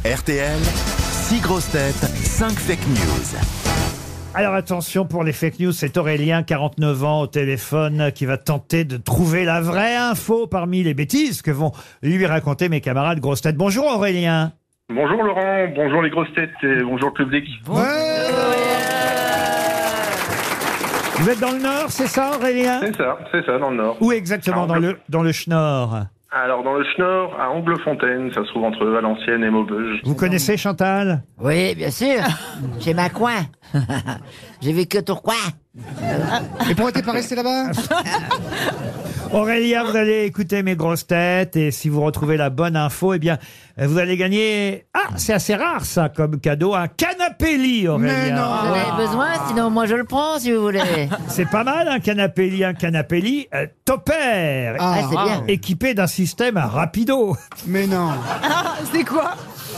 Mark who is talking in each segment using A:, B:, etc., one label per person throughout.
A: RTL, 6 grosses têtes, 5 fake news.
B: Alors attention pour les fake news, c'est Aurélien, 49 ans, au téléphone, qui va tenter de trouver la vraie info parmi les bêtises que vont lui raconter mes camarades grosses têtes. Bonjour Aurélien.
C: Bonjour Laurent, bonjour les grosses têtes et bonjour le public.
B: Vous êtes dans le nord, c'est ça Aurélien
C: C'est ça, c'est ça dans le Nord.
B: Où exactement dans le dans le Schnorr
C: Alors dans le Schnorr, à Anglefontaine, ça se trouve entre Valenciennes et Maubeuge.
B: Vous connaissez Chantal
D: Oui, bien sûr. J'ai ma coin. J'ai vécu au Tourcoing.
E: Et pourquoi t'es pas resté là-bas
B: Aurélien, vous allez écouter mes grosses têtes et si vous retrouvez la bonne info, eh bien vous allez gagner Ah, c'est assez rare ça comme cadeau, un canapé lit Aurélien.
E: Mais non.
D: Vous en avez besoin, sinon moi je le prends si vous voulez.
B: C'est pas mal un canapé lit, un canapé lit euh, topper.
D: Ah, c'est bien.
B: équipé d'un système à rapido.
E: Mais non.
F: C'est quoi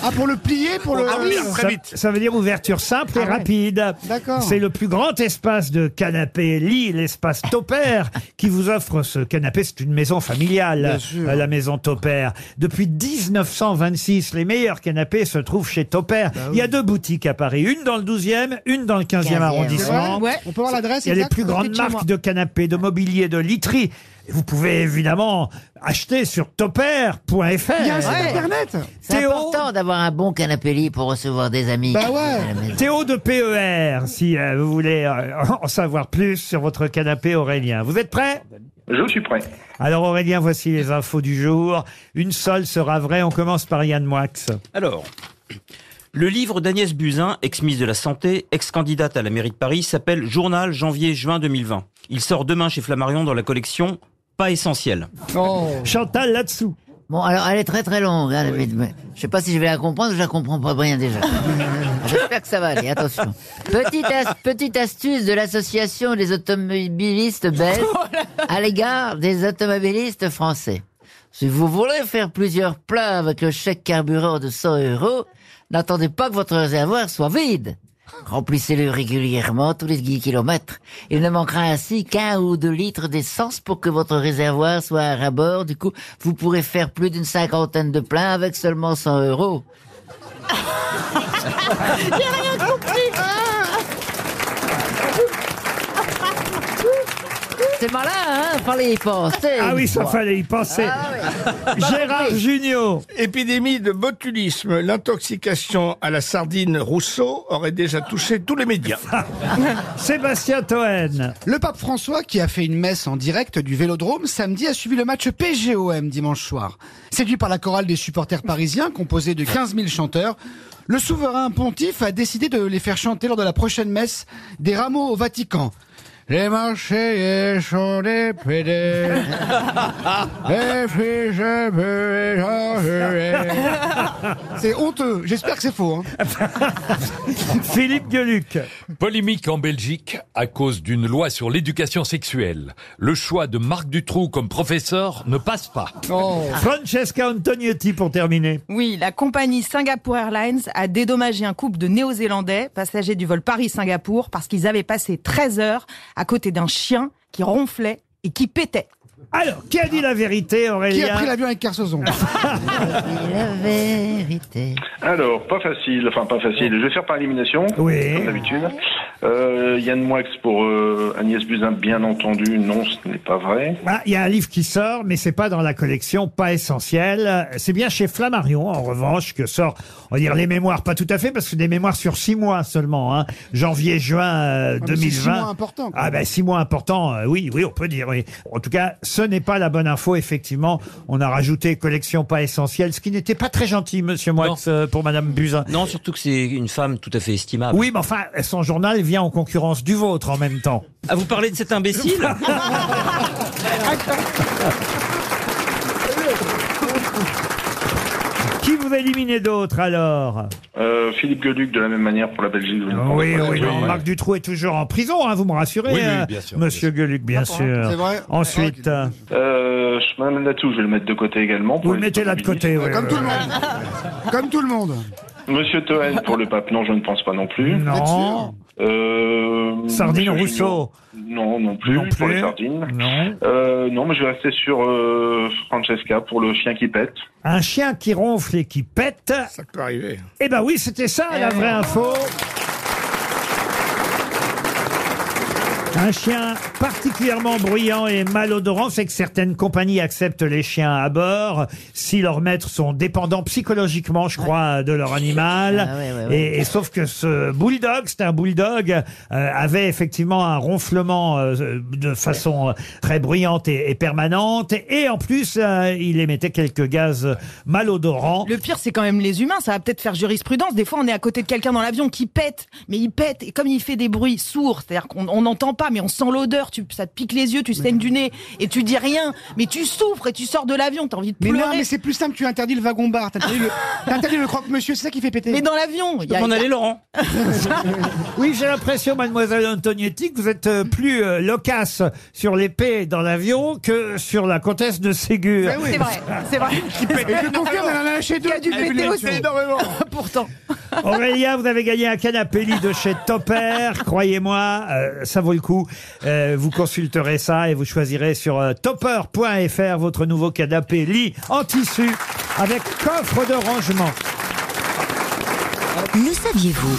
E: Ah, pour le plier, pour
B: Ah
E: le.
B: ça, ça veut dire ouverture simple et rapide.
E: Ah D'accord.
B: C'est le plus grand espace de canapé lit, l'espace Topper, qui vous offre ce canapé. C'est une maison familiale,
E: Bien sûr.
B: euh, la maison Topper. Depuis 1926, les meilleurs canapés se trouvent chez Topper.
E: Bah
B: Il y a deux boutiques à Paris, une dans le 12e, une dans le 15e,
D: 15e,
E: C'est vrai
B: arrondissement.
F: Ouais.
E: On peut avoir l'adresse
B: Il y a les
E: exacte
B: plus grandes marques de canapés, de mobilier, de literie. Et Vous pouvez évidemment acheter sur topper.fr.
E: Il y a un site internet
D: C'est
B: Théo
D: important d'avoir un bon canapé lit pour recevoir des amis.
E: Bah ouais.
D: à la maison.
B: Théo de PER, si euh, vous voulez euh, en savoir plus sur votre canapé Aurélien. Vous êtes prêts
C: Je suis prêt.
B: Alors Aurélien, voici les infos du jour. Une seule sera vraie. On commence par Yann Moix.
G: Alors, le livre d'Agnès Buzyn, ex-ministre de la Santé, ex-candidate à la mairie de Paris, s'appelle Journal janvier-juin 2020. Il sort demain chez Flammarion dans la collection Pas essentiel.
B: Chantal là-dessous.
D: Bon, alors elle est très très longue. hein, mais- mais je sais pas si je vais la comprendre, je la comprends pas bien déjà. J'espère que ça va aller, attention. Petite, as- petite astuce de l'association des automobilistes belges à l'égard des automobilistes français. Si vous voulez faire plusieurs plats avec le chèque carburant de 100 euros, n'attendez pas que votre réservoir soit vide. Remplissez-le régulièrement tous les 10 kilomètres. Il ne manquera ainsi qu'un ou deux litres d'essence pour que votre réservoir soit à ras bord. Du coup, vous pourrez faire plus d'une cinquantaine de plats avec seulement 100 euros. C'est malin, hein Fallait y penser.
B: Ah oui, ça fallait y penser. Gérard Junior.
H: Épidémie de botulisme, l'intoxication à la sardine Rousseau aurait déjà touché tous les médias.
B: Sébastien Toen.
E: Le pape François, qui a fait une messe en direct du Vélodrome samedi, a suivi le match PGOM dimanche soir. Séduit par la chorale des supporters parisiens, composée de 15 000 chanteurs, le souverain pontife a décidé de les faire chanter lors de la prochaine messe des rameaux au Vatican. Les marchés sont des pédés. Et puis je peux échanger. C'est honteux. J'espère que c'est faux. hein.
B: Philippe Gueluc.
I: Polémique en Belgique à cause d'une loi sur l'éducation sexuelle. Le choix de Marc Dutroux comme professeur ne passe pas.
E: Oh.
B: Francesca Antonietti pour terminer.
F: Oui, la compagnie Singapore Airlines a dédommagé un couple de Néo-Zélandais passagers du vol Paris-Singapour parce qu'ils avaient passé 13 heures à côté d'un chien qui ronflait et qui pétait.
B: Alors, qui a dit la vérité, Aurélien
E: Qui a pris l'avion avec Carsozon
D: C'est la vérité.
C: Alors, pas facile, enfin pas facile, je vais faire par élimination,
B: Oui.
C: comme d'habitude. Euh, Yann Moix pour euh, Agnès Buzyn, bien entendu, non, ce n'est pas vrai.
B: Ah, Il y a un livre qui sort, mais c'est pas dans la collection, pas essentiel. C'est bien chez Flammarion, en revanche, que sort, on va dire, les mémoires. Pas tout à fait, parce que des mémoires sur six mois seulement, hein. Janvier, juin euh,
E: Ah, mais c'est
B: 2020.
E: six mois importants, quoi.
B: Ah ben, six mois importants, euh, oui, oui, on peut dire, oui. En tout cas, ce n'est pas la bonne info, effectivement. On a rajouté collection pas essentielle, ce qui n'était pas très gentil, monsieur Moix,
G: Non.
B: euh, pour madame Buzyn.
G: Non, surtout que c'est une femme tout à fait estimable.
B: Oui, mais enfin, son journal vient en concurrence du vôtre en même temps.
G: À vous parler de cet imbécile
B: Qui vous éliminez d'autres, alors?
C: Euh, Philippe Gueluc de la même manière pour la Belgique. je ne pense
B: Oui,
C: pas.
B: oui, non,
C: Ouais.
B: Euh, Marc Dutroux est toujours en prison, hein, vous me rassurez,
I: Oui, oui,
B: euh,
I: bien sûr,
B: monsieur Gueluc, bien sûr.
E: C'est vrai. Ah,
B: Ensuite, euh,
C: Euh, Madame Latou, je vais le mettre de côté également. pour
B: vous le
C: les
B: mettez là de côté. oui,
E: Comme
B: oui,
E: tout le monde. Comme tout le monde.
C: Monsieur Toen pour le pape, non, je ne pense pas non plus.
B: oui.
E: Vous êtes sûr
B: Non.
C: Euh,
B: Hmm. Sardine
C: je-
B: Rousseau.
C: Non, non plus.
B: Non
C: Pour
B: plus.
C: les sardines.
B: Non.
C: Euh, non, mais je vais rester sur euh, Francesca pour le chien qui pète.
B: Un chien qui ronfle et qui pète.
H: Ça peut arriver.
B: Eh ben oui, c'était ça la
D: Eh
B: vraie info. Un chien particulièrement bruyant et malodorant fait que certaines compagnies acceptent les chiens à bord si leurs maîtres sont dépendants psychologiquement, je crois, de leur animal.
D: Ah, ouais, ouais, ouais.
B: Et, et sauf que ce bulldog, c'est un bulldog, euh, avait effectivement un ronflement euh, de façon euh, très bruyante et, et permanente. Et en plus, euh, il émettait quelques gaz malodorants.
F: Le pire, c'est quand même les humains. Ça va peut-être faire jurisprudence. Des fois, on est à côté de quelqu'un dans l'avion qui pète, mais il pète. Et comme il fait des bruits sourds, c'est-à-dire qu'on on n'entend pas, mais on sent l'odeur, tu, ça te pique les yeux, tu saignes du nez, et tu dis rien, mais tu souffres et tu sors de l'avion, t'as envie de
E: Mais
F: pleurer.
E: non, mais c'est plus simple, tu interdis le wagon-bar, t'interdis le, t'interdis le croque-monsieur, c'est ça qui fait péter.
F: mais dans l'avion, il y a-
G: On allait Laurent.
B: Oui, j'ai l'impression, mademoiselle Antonietti, que vous êtes euh, plus euh, loquace sur l'épée dans l'avion que sur la comtesse de Ségur.
F: c'est vrai, c'est vrai.
E: Et je confirme, elle en a lâché deux.
F: Il y a du
E: depuis le
F: pété
E: début de
F: aussi.
E: l'émission.
H: Énormément.
F: Pourtant.
B: Aurélia, vous avez gagné un canapé lit de chez Topper. Croyez-moi, euh, ça vaut le coup. Euh, vous consulterez ça et vous choisirez sur euh, topper.fr votre nouveau canapé lit en tissu avec coffre de rangement.
J: Le saviez-vous